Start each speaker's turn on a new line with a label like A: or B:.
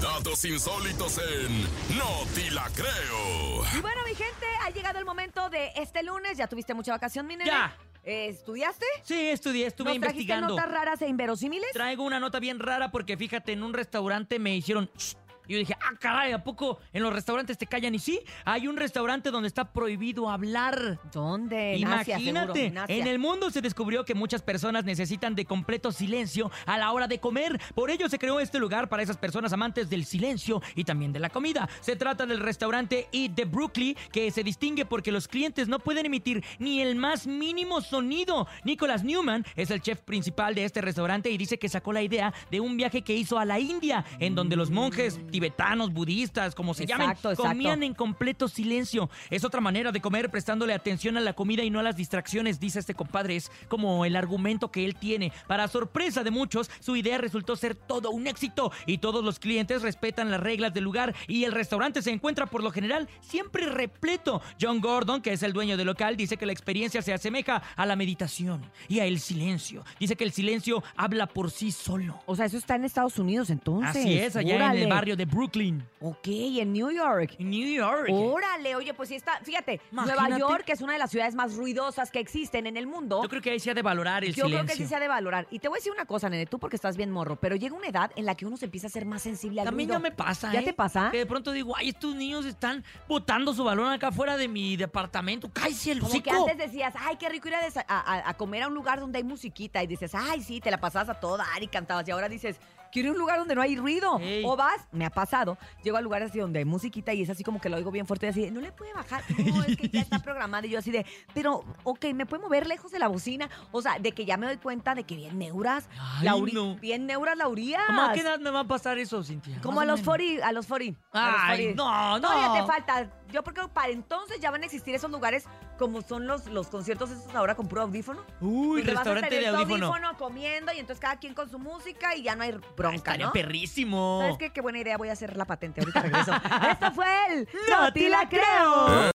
A: Datos insólitos en No Te La Creo.
B: Y bueno, mi gente, ha llegado el momento de este lunes. Ya tuviste mucha vacación, mi nene.
C: Ya.
B: Eh, ¿Estudiaste?
C: Sí, estudié, estuve
B: ¿Nos trajiste
C: investigando.
B: notas raras e inverosímiles?
C: Traigo una nota bien rara porque fíjate, en un restaurante me hicieron. "Shh". Y yo dije, ah, caray, ¿a poco en los restaurantes te callan? Y sí, hay un restaurante donde está prohibido hablar.
B: ¿Dónde? En Asia, seguro,
C: Imagínate,
B: en Asia.
C: en el mundo se descubrió que muchas personas necesitan de completo silencio a la hora de comer. Por ello se creó este lugar para esas personas amantes del silencio y también de la comida. Se trata del restaurante Eat the Brooklyn, que se distingue porque los clientes no pueden emitir ni el más mínimo sonido. Nicholas Newman es el chef principal de este restaurante y dice que sacó la idea de un viaje que hizo a la India, en donde los monjes tibetanos, budistas, como se llaman,
B: Exacto, exacto.
C: comían en completo silencio. Es otra manera de comer prestándole atención a la comida y no a las distracciones, dice este compadre. Es como el argumento que él tiene. Para sorpresa de muchos, su idea resultó ser todo un éxito y todos los clientes respetan las reglas del lugar y el restaurante se encuentra por lo general siempre repleto. John Gordon, que es el dueño del local, dice que la experiencia se asemeja a la meditación y a el silencio. Dice que el silencio habla por sí solo.
B: O sea, eso está en Estados Unidos entonces.
C: Así es, allá en
B: Órale.
C: el barrio de Brooklyn,
B: Ok, en New York.
C: en New York.
B: Órale, oye, pues sí está, fíjate, Nueva
C: Imagínate.
B: York es una de las ciudades más ruidosas que existen en el mundo.
C: Yo creo que ahí se ha de valorar el
B: Yo
C: silencio.
B: creo que sí se ha de valorar. Y te voy a decir una cosa, nene, tú porque estás bien morro, pero llega una edad en la que uno se empieza a ser más sensible al
C: También
B: ruido.
C: ya me pasa.
B: ¿Ya
C: ¿eh?
B: te pasa?
C: Que de pronto digo, ay, estos niños están botando su balón acá afuera de mi departamento. ¡Cállese el
B: Como que
C: hocico!
B: antes decías, ay, qué rico ir a, desa- a- a- a comer a un lugar donde hay musiquita. Y dices, ay, sí, te la pasabas a toda dar y cantabas. Y ahora dices, quiero ir a un lugar donde no hay ruido.
C: Ey.
B: O vas, me ha pasado, llego a lugares así donde hay musiquita y es así como que lo oigo bien fuerte y así, de, no le puede bajar. No, es que ya está programada. Y yo así de, pero, ok, me puede mover lejos de la bocina. O sea, de que ya me doy cuenta de que bien neuras,
C: Ay,
B: la uri-
C: no.
B: bien neuras la urías.
C: ¿Cómo a qué edad me va a pasar eso, Cintia?
B: Como
C: Más
B: a
C: o
B: los
C: menos.
B: 40, a los 40. a los
C: Ay,
B: 40.
C: no, no.
B: Todavía te falta. Yo creo que para entonces ya van a existir esos lugares como son los, los conciertos estos ahora con puro audífono.
C: Uy,
B: Donde vas a
C: restaurante
B: tener
C: de
B: tu
C: audífono.
B: comiendo y entonces cada quien con su música y ya no hay bronca,
C: Estaría
B: ¿no?
C: perrísimo.
B: ¿Sabes qué? Qué buena idea. Voy a hacer la patente. Ahorita regreso. Esto fue el...
C: ¡No te la creo!